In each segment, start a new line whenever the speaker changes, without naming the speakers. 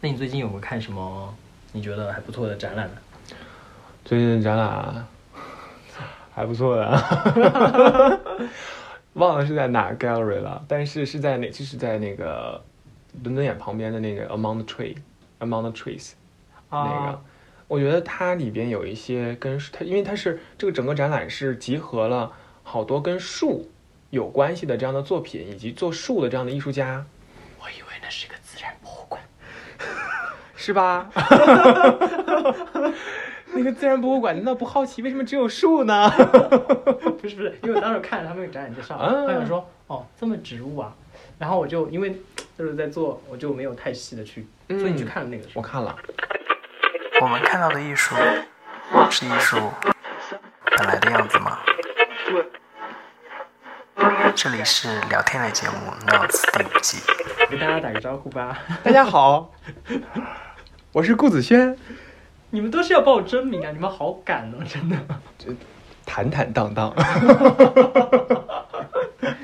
那你最近有没有看什么你觉得还不错的展览呢？
最近的展览啊还不错的啊， 忘了是在哪 gallery 了，但是是在哪？就是在那个伦敦眼旁边的那个 Among the Tree。Among the Trees，、那
啊
个，我觉得它里边有一些跟它，因为它是这个整个展览是集合了好多跟树有关系的这样的作品，以及做树的这样的艺术家，
我以为那是个自然博物馆。
是吧？ 那个自然博物馆难道不好奇为什么只有树 呢？
不是不是，因为我当时看了他们有展览介绍，
啊
我想说哦，这么植物啊，然后我就因为就是在做，我就没有太细的去，
嗯
所以你去看了那个是
我
吧？
看了，
我们看到的艺术是艺术本来的样子吗？这里是聊天类节目《Notes》第五季。
给大家打个招呼吧，
大家好，我是顾子轩，
你们都是要报我真名啊，你们好敢哦，真的。
坦坦荡 荡。
那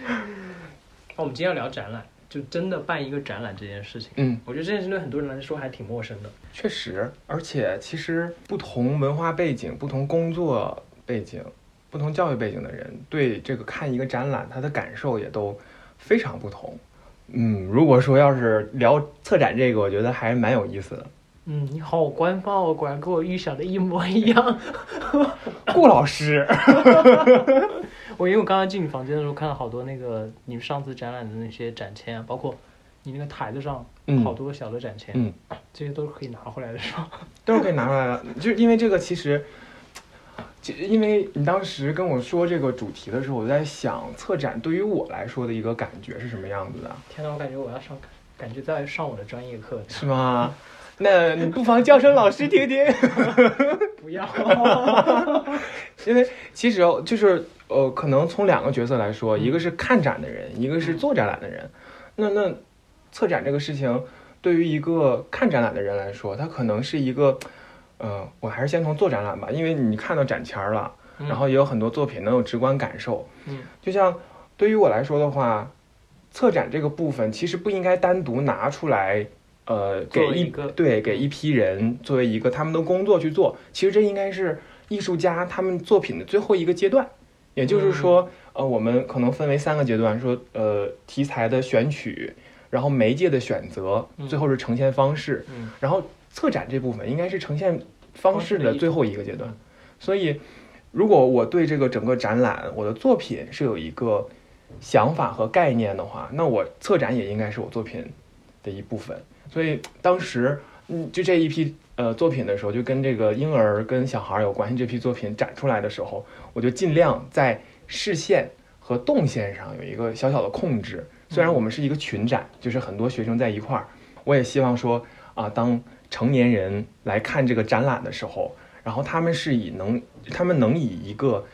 我们今天要聊展览，就真的办一个展览这件事情，
嗯，
我觉得这件事对很多人来说还挺陌生的。
确实，而且其实不同文化背景、不同工作背景、不同教育背景的人，对这个看一个展览，他的感受也都非常不同。嗯，如果说要是聊策展这个，我觉得还蛮有意思的。
嗯，你好官方哦，果然跟我预想的一模一样。
顾老师，
我因为我刚刚进你房间的时候，看到好多那个你们上次展览的那些展签啊，包括你那个台子上
嗯
好多小的展签，
嗯
这些都是可以拿回来的，是吧？
都是可以拿出来的，就是因为这个其实。就因为你当时跟我说这个主题的时候，我在想策展对于我来说的一个感觉是什么样子的，
天呐，我感觉我要上，感觉在上我的专业课。
是吗？那你不妨叫声老师听听。
不 要，
因为其实哦就是呃，可能从两个角色来说，一个是看展的人，一个是做展览的人。那那策展这个事情，对于一个看展览的人来说，它可能是一个，呃，我还是先从做展览吧，因为你看到展签儿了，
嗯
然后也有很多作品能有直观感受。
嗯，
就像对于我来说的话，策展这个部分其实不应该单独拿出来。呃，给
作为
一
一个嗯
对给一批人作为一个他们的工作去做，其实这应该是艺术家他们作品的最后一个阶段，也就是
嗯
说，呃，我们可能分为三个阶段，说呃题材的选取，然后媒介的选择，
嗯
最后是呈现方式，
嗯
然后策展这部分应该是呈现方式的最后一个阶段。所以，如果我对这个整个展览、我的作品是有一个想法和概念的话，那我策展也应该是我作品的一部分。所以当时，嗯，就这一批呃作品的时候，就跟这个婴儿跟小孩有关系这批作品展出来的时候，我就尽量在视线和动线上有一个小小的控制。虽然我们是一个群展，就是很多学生在一块儿，我也希望说啊，当成年人来看这个展览的时候，然后他们是以能，他们能以一个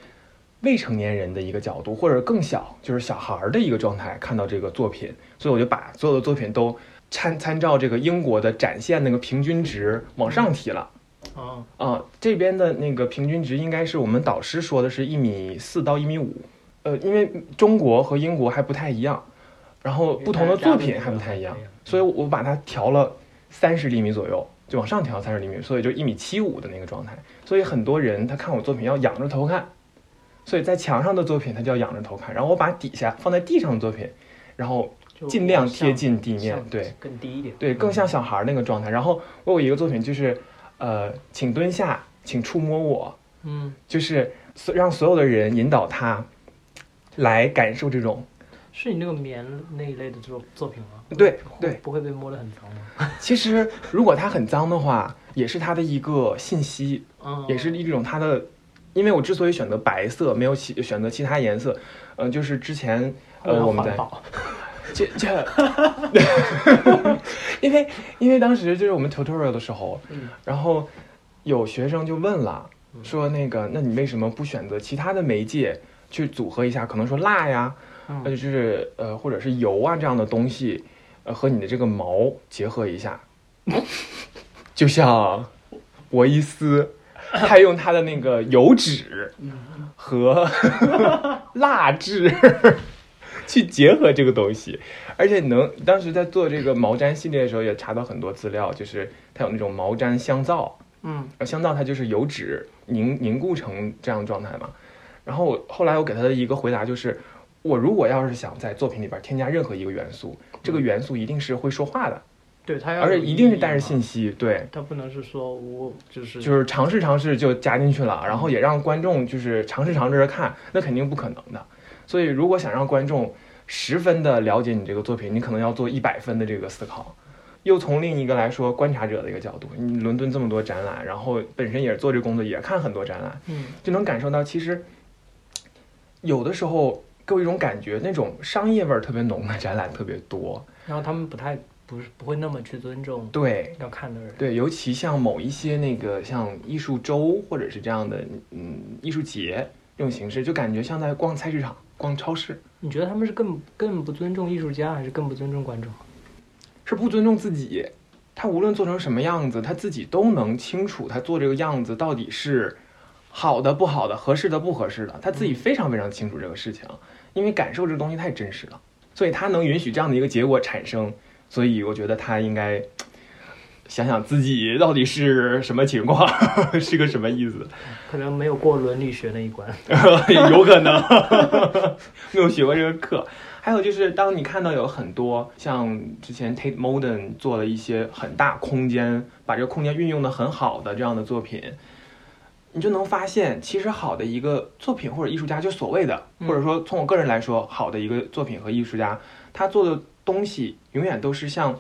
未成年人的一个角度，或者更小，就是小孩儿的一个状态看到这个作品，所以我就把所有的作品都参参照这个英国的展现那个平均值往上提了。
啊，
啊，这边的那个平均值应该是我们导师说的是一米四到一米五，呃，因为中国和英国还不太一样，然后
嗯
不同的作品还不太一样，所以我把它调了三十厘米左右，就往上调三十厘米，所以就一米七五的那个状态。所以很多人他看我作品要仰着头看，所以在墙上的作品他就要仰着头看，然后我把底下放在地上的作品，然后
就
尽量
向
贴近地面
向，
对。
更低一点，
对，更像小孩儿那个状态。然后我有一个作品就是，呃，请蹲下，请触摸我，
嗯，
就是所让所有的人引导他来感受这种。
是你那个棉那一类的作作品吗？
对
会
对
不会被摸得很脏吗？
其实如果它很脏的话，也是它的一个信息，
嗯，
也是一种它的。因为我之所以选择白色，没有其选择其他颜色，嗯、就是之前
为
呃
了
我们
环
在
保
这这， 因为因为当时就是我们 tutorial 的时候，
嗯
然后有学生就问了，
嗯
说那个，那你为什么不选择其他的媒介去组合一下？可能说蜡呀，
嗯
呃，就是呃，或者是油啊这样的东西，呃，和你的这个毛结合一下， 就像博伊斯，他用他的那 个油脂和蜡质 去结合这个东西。而且能当时在做这个毛毡系列的时候，也查到很多资料，就是它有那种毛毡香皂，
嗯，
而香皂它就是油脂凝凝固成这样的状态嘛。然后我后来我给他的一个回答就是，我如果要是想在作品里边添加任何一个元素，这个元素一定是会说话的，
对他要，
而且一定是带着信，息，对。
他不能是说我就是
就是尝试尝试就加进去了，然后也让观众就是尝试尝试着看，那肯定不可能的。所以如果想让观众十分的了解你这个作品，你可能要做一百分的这个思考。又从另一个来说，观察者的一个角度，你伦敦这么多展览，然后本身也是做这个工作，也看很多展览，
嗯
就能感受到其实有的时候给我一种感觉，那种商业味儿特别浓的展览特别多。
然后他们不太不是不会那么去尊重
对，
要看的人，
对，尤其像某一些那个像艺术周或者是这样的，嗯，艺术节这种形式，就感觉像在逛菜市场、逛超市，
你觉得他们是更更不尊重艺术家，还是更不尊重观众？
是不尊重自己。他无论做成什么样子，他自己都能清楚，他做这个样子到底是好的、不好的、合适的、不合适的，他自己非常非常清楚这个事情，因为感受这东西太真实了，所以他能允许这样的一个结果产生，所以我觉得他应该想想自己到底是什么情况， 是个什么意思。
可能没有过伦理学那一关。
有可能没有学过这个课。还有就是，当你看到有很多像之前 Tate Modern 做了一些很大空间，把这个空间运用的很好的这样的作品，你就能发现，其实好的一个作品或者艺术家，就所谓的，
嗯
或者说从我个人来说，好的一个作品和艺术家，他做的东西永远都是像，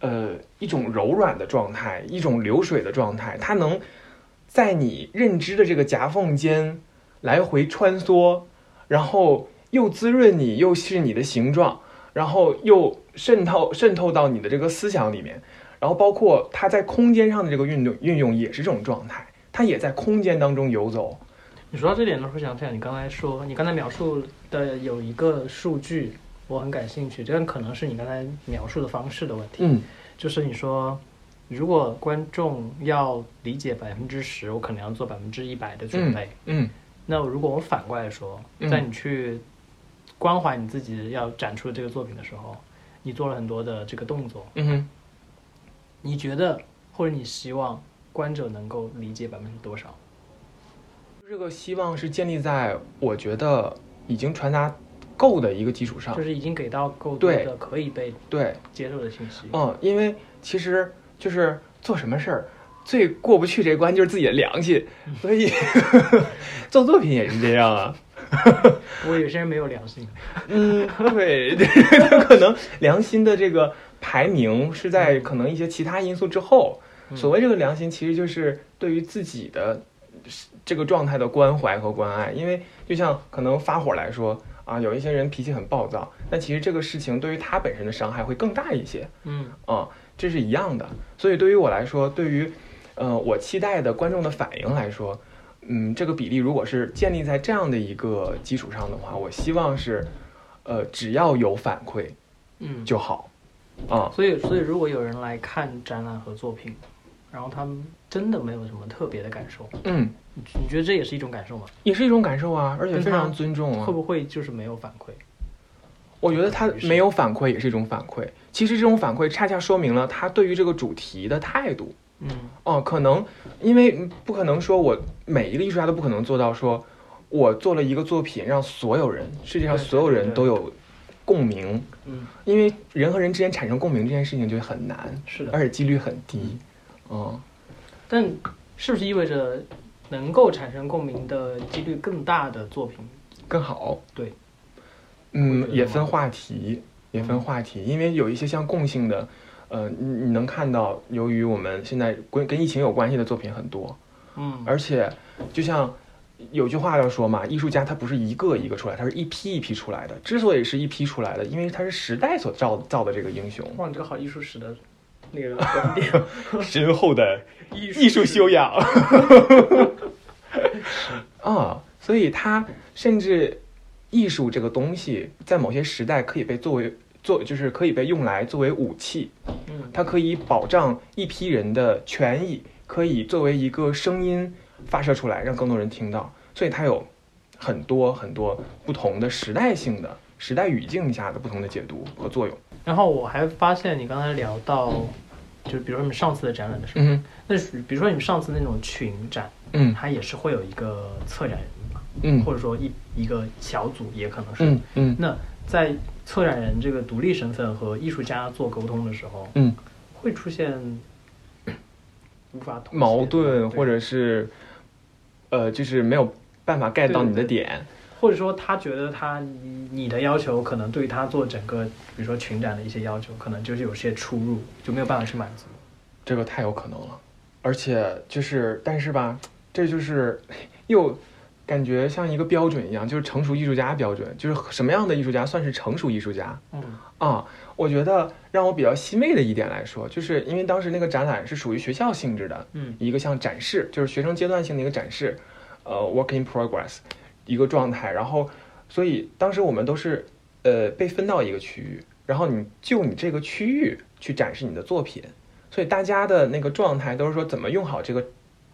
呃，一种柔软的状态，一种流水的状态，它能在你认知的这个夹缝间来回穿梭，然后又滋润你，又是你的形状，然后又渗透渗透到你的这个思想里面，然后包括它在空间上的这个运动运用也是这种状态，它也在空间当中游走。
你说到这点的时候，想起来你刚才说，你刚才描述的有一个数据，我很感兴趣，这个可能是你刚才描述的方式的问题。
嗯，
就是你说，如果观众要理解百分之十，我可能要做百分之一百的准备。
嗯
那如果我反过来说，
嗯
在你去关怀你自己要展出的这个作品的时候，你做了很多的这个动作，
嗯哼，
你觉得或者你希望观者能够理解百分之多少？
这个希望是建立在我觉得已经传达够的一个基础上
就。是已经给到够多的可以被
对，
接受的信息。
嗯，因为其实就是做什么事儿。最过不去这关就是自己的良心，所以 做作品也是这样啊。
不过有些人没有良心，
嗯，对， 他可能良心的这个排名是在可能一些其他因素之后。
嗯
所谓这个良心，其实就是对于自己的这个状态的关怀和关爱。因为就像可能发火来说啊，有一些人脾气很暴躁，但其实这个事情对于他本身的伤害会更大一些。
嗯，
嗯，这是一样的。所以对于我来说，对于呃我期待的观众的反应来说，嗯，这个比例如果是建立在这样的一个基础上的话，我希望是呃只要有反馈
嗯，
就好啊、
所以所以如果有人来看展览和作品，然后他们真的没有什么特别的感受，
嗯，
你你觉得这也是一种感受吗？
也是一种感受啊，而且
跟
非
他
常尊重啊
会。不会就是没有反馈？
我觉得他没有反馈也是一种反馈，其实这种反馈恰恰说明了他对于这个主题的态度。
嗯
哦，可能因为嗯不可能说我每一个艺术家都不可能做到说，我做了一个作品让所有人，世界上
对
所有人
对
都有共鸣，
嗯，
因为人和人之间产生共鸣这件事情就很难，
是的。
而且几率很低。嗯，
但是不是意味着能够产生共鸣的几率更大的作品？
更好。
对，我
嗯
觉，得
也
吗
分话题，也分
嗯
话题，因为有一些像共性的，呃，你你能看到，由于我们现在跟跟疫情有关系的作品很多，
嗯，
而且，就像有句话要说嘛，艺术家他不是一个一个出来，他是一批一批出来的。之所以是一批出来的，因为他是时代所造造的这个英雄，
哇，你这个好艺术史的那个观点，
深厚的
艺
艺术修
养。
养。 啊，所以他甚至艺术这个东西，在某些时代可以被作为做，就是可以被用来作为武器，
嗯
它可以保障一批人的权益，可以作为一个声音发射出来，让更多人听到，所以它有很多很多不同的时代性的时代语境下的不同的解读和作用。
然后我还发现你刚才聊到，就比如说你们上次的展览的时候，
嗯
那是比如说你们上次那种群展，
嗯
它也是会有一个策展人嘛，
嗯
或者说一一个小组也可能是。
嗯嗯
那在策展人这个独立身份和艺术家做沟通的时候，
嗯，
会出现无法妥协
矛
对
盾或者是呃，就是没有办法 get 到你的点。
或者说他觉得他你你的要求可能对他做整个，比如说群展的一些要求，可能就是有些出入，就没有办法去满足。
这个太有可能了。而且就是，但是吧，这就是 又感觉像一个标准一样，就是成熟艺术家标准，就是什么样的艺术家算是成熟艺术家
嗯
啊？我觉得让我比较欣慰的一点来说，就是因为当时那个展览是属于学校性质的，
嗯
一个像展示，就是学生阶段性的一个展示，呃，work in progress 一个状态。然后，所以当时我们都是呃被分到一个区域，然后你就你这个区域去展示你的作品。所以大家的那个状态都是说怎么用好这个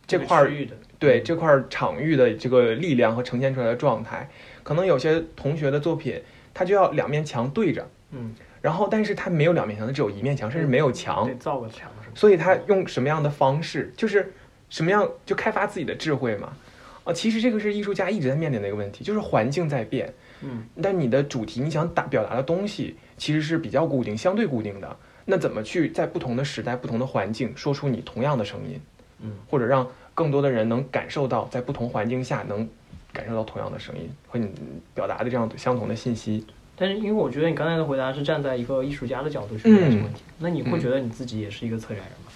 这块
个
儿
区域的嗯
对这块儿场域的这个力量和呈现出来的状态。可能有些同学的作品，他就要两面墙对着，
嗯，
然后但是他没有两面墙，他只有一面墙，甚至没有墙。
得造个墙什么的。
所以他用什么样的方式，就是什么样就开发自己的智慧嘛。啊，其实这个是艺术家一直在面临的一个问题，就是环境在变，
嗯，
但你的主题你想打表达的东西其实是比较固定、相对固定的。那怎么去在不同的时代、不同的环境说出你同样的声音，
嗯，
或者让更多的人能感受到在不同环境下能感受到同样的声音和你表达的这样相同的信息？
但是因为我觉得你刚才的回答是站在一个艺术家的角度去
嗯
回答这个问题，那你会觉得你自己也是一个策展人吗？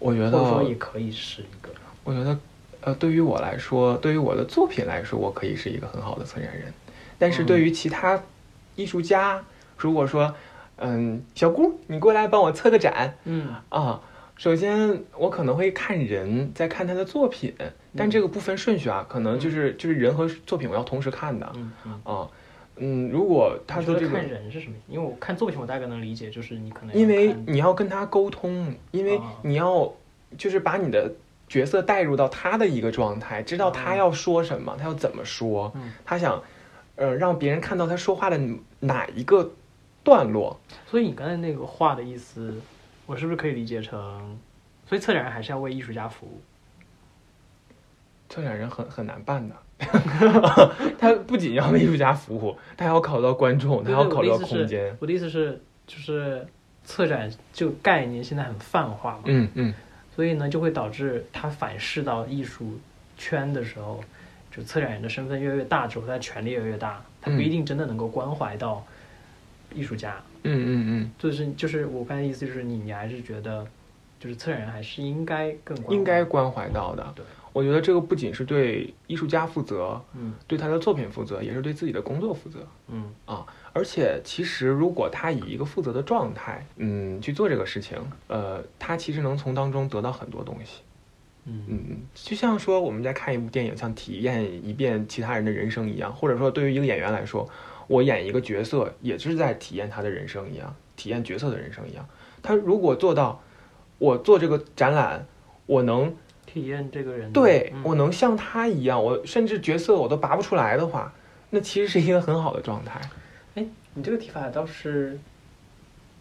我觉得
或者说也可以是一个？
我觉得，呃，对于我来说，对于我的作品来说，我可以是一个很好的策展人。但是
嗯
对于其他艺术家，如果说，嗯，小姑，你过来帮我策个展
嗯
啊，首先我可能会看人，再看他的作品，
嗯
但这个不分顺序啊，可能就是就是人和作品我要同时看的
嗯嗯。
啊。嗯，如果他
你说
的这
的
个
看人是什么意思？因为我看作品，我大概能理解，就是你可能要
因为
看
你要跟他沟通，因为
啊
你要就是把你的角色带入到他的一个状态，知道他
啊
要说什么，他要怎么说
嗯，
他想呃让别人看到他说话的哪一个段落。
所以你刚才那个话的意思，我是不是可以理解成，所以策展人还是要为艺术家服务？
策展人很很难办的， 他不仅要为艺术家服务，他还要考虑到观众，他还要考虑到空间。
我的意思是，就是策展这个概念现在很泛化嘛，
嗯嗯，
所以呢，就会导致它反噬到艺术圈的时候，就策展人的身份越来越大之后，他的权力越来越大，
嗯
他不一定真的能够关怀到艺术家。
嗯嗯
就是就是我刚才意思就是你，你还是觉得，就是策展人还是应该更关
嗯，应
怀
该关怀到的。
对，
我觉得这个不仅是对艺术家负责，
嗯
对他的作品负责，也是对自己的工作负责。
嗯
啊，而且其实如果他以一个负责的状态，嗯，去做这个事情，呃，他其实能从当中得到很多东西。
嗯
嗯，就像说我们在看一部电影，像体验一遍其他人的人生一样，或者说对于一个演员来说，我演一个角色，也是在体验他的人生一样，体验角色的人生一样。他如果做到，我做这个展览，我能
体验这个人的
对
嗯
我能像他一样，我甚至角色我都拔不出来的话，那其实是一个很好的状态。
哎，你这个提法倒是，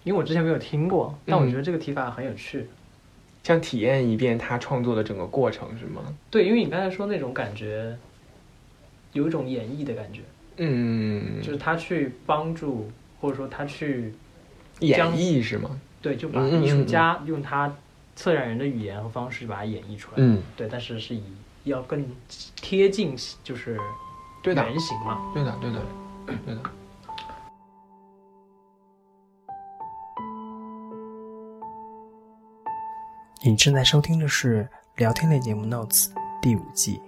因为我之前没有听过，但我觉得
嗯
这个提法很有趣。
想体验一遍他创作的整个过程，是吗？
对，因为你刚才说那种感觉，有一种演绎的感觉，
嗯，
就是他去帮助，或者说他去
演
将
绎是吗？
对，就把
嗯嗯嗯
艺术家用他策展人的语言和方式把它演绎出来。
嗯，
对，但是是以要更贴近就是
对的，
原型嘛。
对的，对的，对的。
你正在收听的是《聊天类节目 Notes》第五季。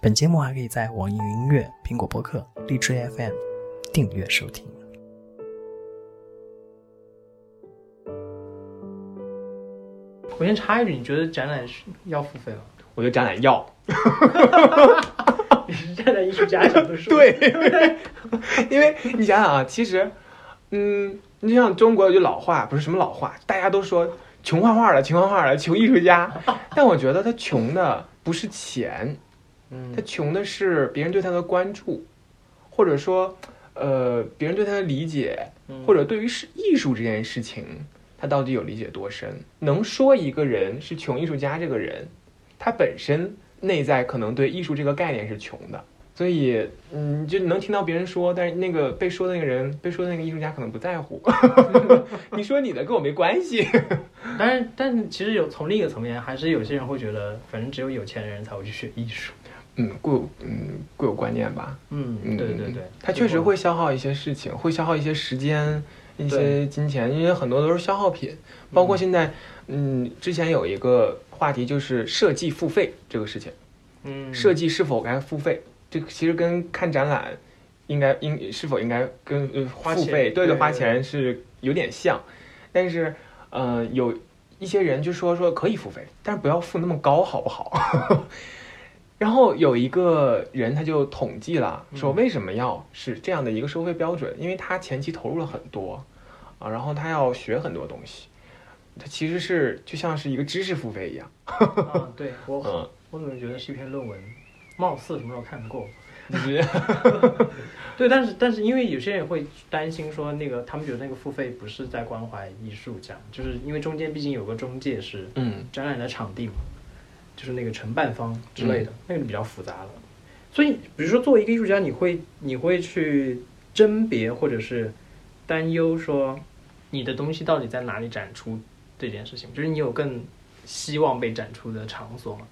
本节目还可以在网易云音乐、苹果播客、荔枝 FM 订阅收听。
我先插一句，你觉得展览是要付费吗？
我觉得展览要
你是 站在艺术家角度说，
对， 因为你想想啊，其实，嗯，你像中国有句老话，不是什么老话，大家都说穷画画的，穷画画的，穷艺术 家。但我觉得他穷的不是钱，
嗯
他穷的是别人对他的关注，或者说，呃，别人对他的理解，
嗯
或者对于是艺术这件事情，他到底有理解多深？能说一个人是穷艺术家这个人，他本身内在可能对艺术这个概念是穷的，所以嗯，就能听到别人说，但是那个被说的那个人，被说的那个艺术家可能不在乎， 你说你的跟我没关系。
但是但其实有从另一个层面，还是有些人会觉得，反正只有有钱人才会去学艺术。
嗯，固有嗯固有观念吧。
嗯，
嗯，
对对对，
它确实会消耗一些事情，会消耗一些时间、一些
对
金钱，因为很多都是消耗品。包括现在，嗯，之前有一个话题就是设计付费这个事情，
嗯
设计是否该付费，这个其实跟看展览应该应是否应该跟、呃、
花
付
钱
费对
对
花
对
钱是有点像，但是呃有一些人就说说可以付费，但是不要付那么高，好不好？ 然后有一个人他就统计了，
嗯
说为什么要是这样的一个收费标准？因为他前期投入了很多啊，然后他要学很多东西，他其实是就像是一个知识付费一样，
啊，对我、
嗯，
我怎么觉得是一篇论文，貌似什么时候看过？
就是
对，但是但是因为有些人会担心说，那个他们觉得那个付费不是在关怀艺术，这样就是因为中间毕竟有个中介是
嗯
展览的场地嘛，就是那个承办方之类的，那个比较复杂了。所以，比如说作为一个艺术家，你会你会去甄别或者是担忧说你的东西到底在哪里展出这件事情，就是你有更希望被展出的场所吗？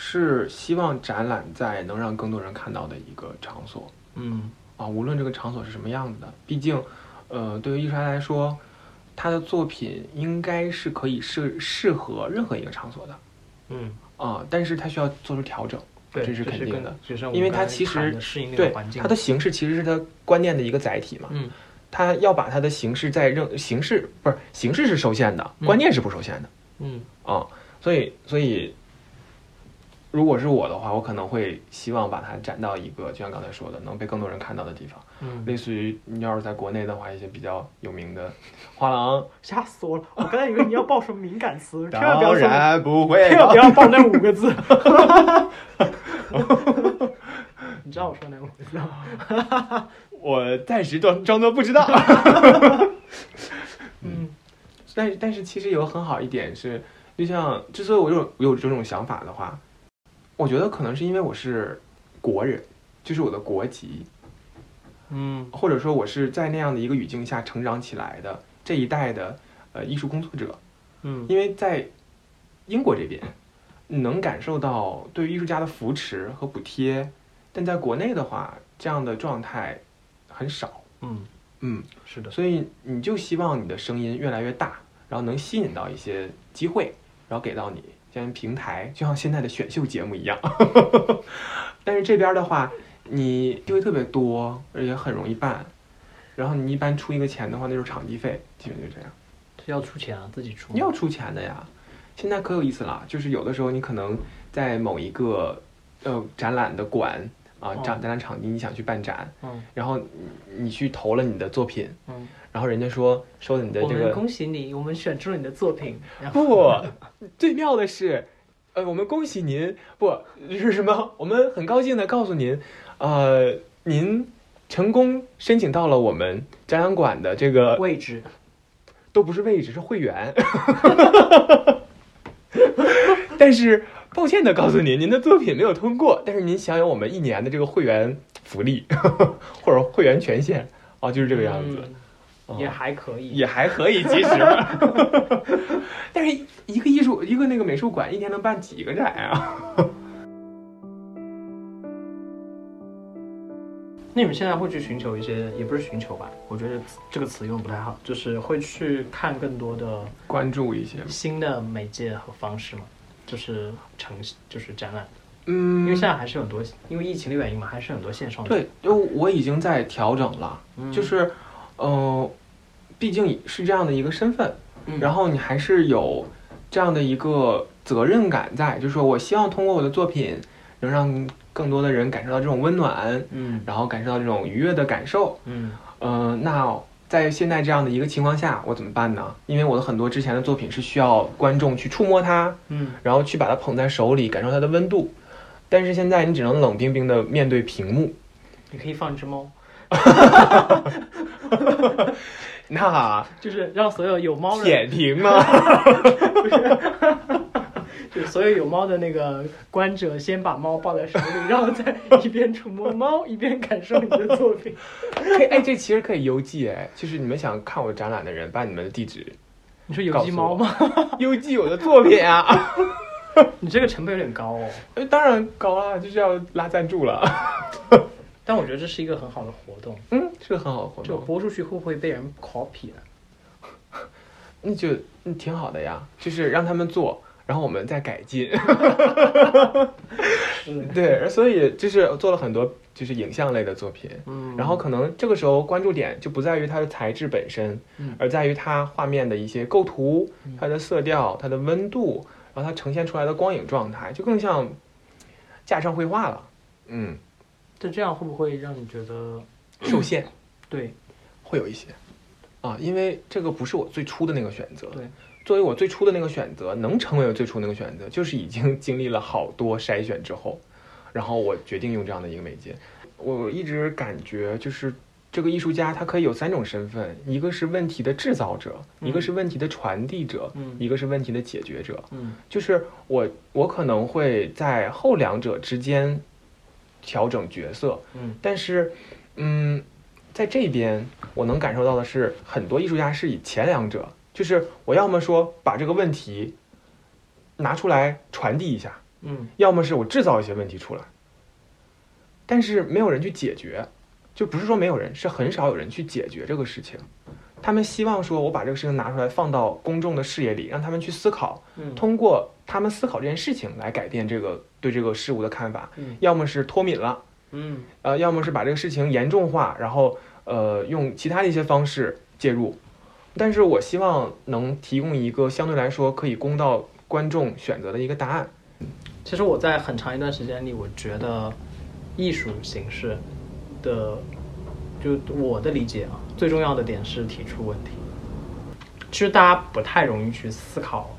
是希望展览在能让更多人看到的一个场所
嗯
啊，无论这个场所是什么样子的，毕竟，呃，对于艺术家来说，他的作品应该是可以适适合任何一个场所的
嗯，
啊，但是他需要做出调整，
对，
这是肯定
跟
的，
学生
因为
我
它
刚才
其实
谈的适应那
对
个环境，
它的形式其实是他观念的一个载体嘛，
嗯
他要把它的形式在任形式不是形式是受限的，
嗯
观念是不受限的。
嗯
啊、所以所以，如果是我的话，我可能会希望把它展到一个，就像刚才说的，能被更多人看到的地方。
嗯，
类似于你要是在国内的话，一些比较有名的画廊，
吓死我了！我刚才以为你要报什么敏感 词，千万不
当
要说，
然不会
千万
了
不要报那五个字。 你知道我说哪五个字吗？
我暂时装装作 不知道。
嗯
但是但是，其实有很好一点是，就像之所以我有有这种想法的话，我觉得可能是因为我是国人，就是我的国籍，
嗯
或者说我是在那样的一个语境下成长起来的这一代的呃艺术工作者，
嗯
因为在英国这边能感受到对于艺术家的扶持和补贴，但在国内的话，这样的状态很少。
嗯，
嗯，
是的，
所以你就希望你的声音越来越大，然后能吸引到一些机会，然后给到你，像平台，就像现在的选秀节目一样。 但是这边的话，你机会特别多，而且很容易办。然后你一般出一个钱的话，那就是场地费，基本就这样。
要出钱啊，自己出。
你要出钱的呀。现在可有意思了，就是有的时候你可能在某一个呃展览的馆啊
哦
展展览场地，你想去办展，
嗯
然后你你去投了你的作品，
嗯，
然后人家说收了你的
我
这
们
个
恭喜你，我们选出了你的作品。然后
不，最妙的是，呃，我们恭喜您，不是什么，我们很高兴的告诉您，呃，您成功申请到了我们展览馆的这个
位置，
都不是位置，是会员。 但是抱歉的告诉您，您的作品没有通过，但是您享有我们一年的这个会员福利 或者会员权限啊，就是这个样子，
嗯
啊
也还可以。
也还可以， 其实。但是一个艺术一个那个美术馆一天能办几个展啊？
那你们现在会去寻求一些，也不是寻求吧？我觉得这个词用得不太好，就是会去看更多的
关注一些，
新的媒介和方式嘛，就是呈就是展览，因为
嗯
现，在还是有很多，因为疫情的原因嘛，还是很多线上的。
对，就我已经在调整了。
嗯，
就是，呃，毕竟是这样的一个身份，
嗯
然后你还是有这样的一个责任感在，就是说我希望通过我的作品，能让更多的人感受到这种温暖，
嗯
然后感受到这种愉悦的感受。
嗯
呃，那在现在这样的一个情况下，我怎么办呢？因为我的很多之前的作品是需要观众去触摸它，
嗯
然后去把它捧在手里，感受它的温度。但是现在你只能冷冰冰的面对屏幕，
你可以放一只猫，
那
就是让所有有猫的，
舔屏呢？
就是所有有猫的那个观者先把猫抱在手里，然后再 一边触摸猫，一边感受你的作品。
可以，哎，这其实可以邮寄，哎，就是你们想看我展览的人，把你们的地址
你说有
告
机
诉
猫
我
吗？
邮寄我的作品啊。
你这个成本有点高哦，
呃当然高啦，就是要拉赞助了。
但我觉得这是一个很好的活动。
嗯，是个很好的活
这个
动，
播出去会不会被人 copy 啊呢？
那就嗯挺好的呀，就是让他们做，然后我们再改进。
是，
对，所以就是做了很多就是影像类的作品，
嗯，
然后可能这个时候关注点就不在于它的材质本身，
嗯
而在于它画面的一些构图、它的色调、它的温度，然后它呈现出来的光影状态，就更像架上绘画了。嗯，
就这样会不会让你觉得
受限
对？
会有一些啊，因为这个不是我最初的那个选择。
对，
作为我最初的那个选择，能成为我最初那个选择，就是已经经历了好多筛选之后，然后我决定用这样的一个媒介。我一直感觉就是这个艺术家，他可以有三种身份：一个是问题的制造者，
嗯
一个是问题的传递者，
嗯
一个是问题的解决者。
嗯
就是我，我可能会在后两者之间调整角色，
嗯，
但是，嗯，在这边我能感受到的是，很多艺术家是以前两者，就是我要么说把这个问题拿出来传递一下，
嗯
要么是我制造一些问题出来，但是没有人去解决，就不是说没有人，是很少有人去解决这个事情。他们希望说，我把这个事情拿出来放到公众的视野里，让他们去思考，
嗯，
通过他们思考这件事情来改变这个对这个事物的看法，
嗯
要么是脱敏了，
嗯
呃，要么是把这个事情严重化，然后呃用其他的一些方式介入。但是我希望能提供一个相对来说可以公道观众选择的一个答案。
其实我在很长一段时间里，我觉得艺术形式的，就我的理解啊，最重要的点是提出问题。其实大家不太容易去思考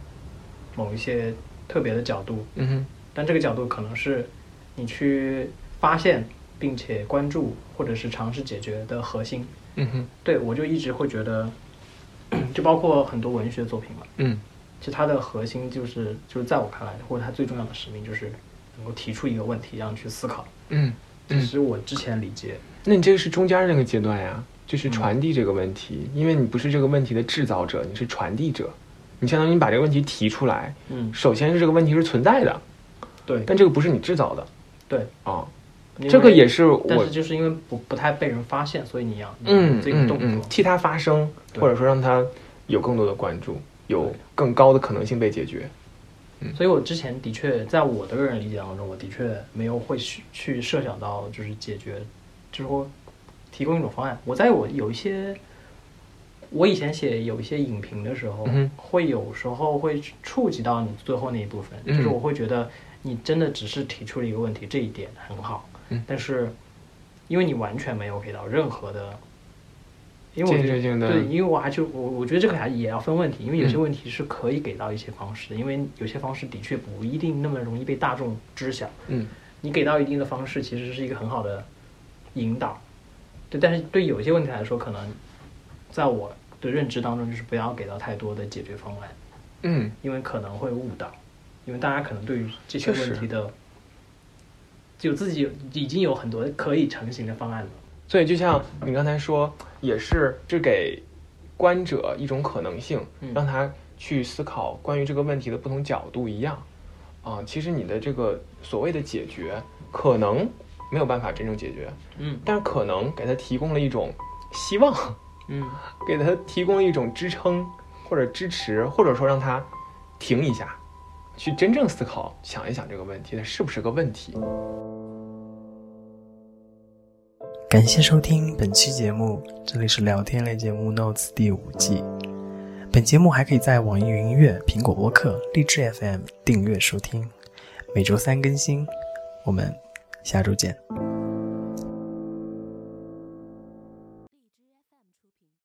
某一些特别的角度，
嗯哼，
但这个角度可能是你去发现并且关注，或者是尝试解决的核心。
嗯哼，
对我就一直会觉得，就包括很多文学作品嘛，
嗯
其实它的核心就是，就是在我看来，或者它最重要的使命就是能够提出一个问题，让你去思考。
嗯，
这是我之前理解，
那你这个是中间那个阶段呀，
嗯
就是传递这个问题，因为你不是这个问题的制造者，你是传递者，你相当于你把这个问题提出来，
嗯，
首先是这个问题是存在的，
对
但这个不是你制造的
对，
啊。
因为
这个也，是我
但是就是因为不不太被人发现，所以你要
嗯
这个
嗯
动
嗯
作，
替它发声，
对
或者说让它有更多的关注，有更高的可能性被解决。嗯
所以我之前的确在我的个人理解当中，我的确没有会去去设想到就是解决，就是说提供一种方案。我在我有一些，我以前写有一些影评的时候，
嗯哼
会有时候会触及到你最后那一部分，
嗯
就是我会觉得你真的只是提出了一个问题，这一点很好，
嗯
但是因为你完全没有给到任何的。因为我
建
觉
设
得
性的
对，因为我还就我我觉得这个还也要分问题，因为有些
嗯
问题是可以给到一些方式，因为有些方式的确不一定那么容易被大众知晓。
嗯
你给到一定的方式，其实是一个很好的引导，对。但是对有些问题来说，可能在我的认知当中，就是不要给到太多的解决方案，
嗯，
因为可能会误导，因为大家可能对于这些
确实
问题的，就自己有已经有很多可以成型的方案了。
所以就像你刚才说，也是是给观者一种可能性
嗯，
让他去思考关于这个问题的不同角度一样。啊、其实你的这个所谓的解决，可能没有办法真正解决，
嗯
但是可能给他提供了一种希望。
嗯
给他提供了一种支撑或者支持，或者说让他停一下，去真正思考、想一想这个问题，它是不是个问题？
感谢收听本期节目，这里是聊天类节目《Notes》第五季。本节目还可以在网易云音乐、苹果播客、荔枝 FM 订阅收听，每周三更新。我们下周见。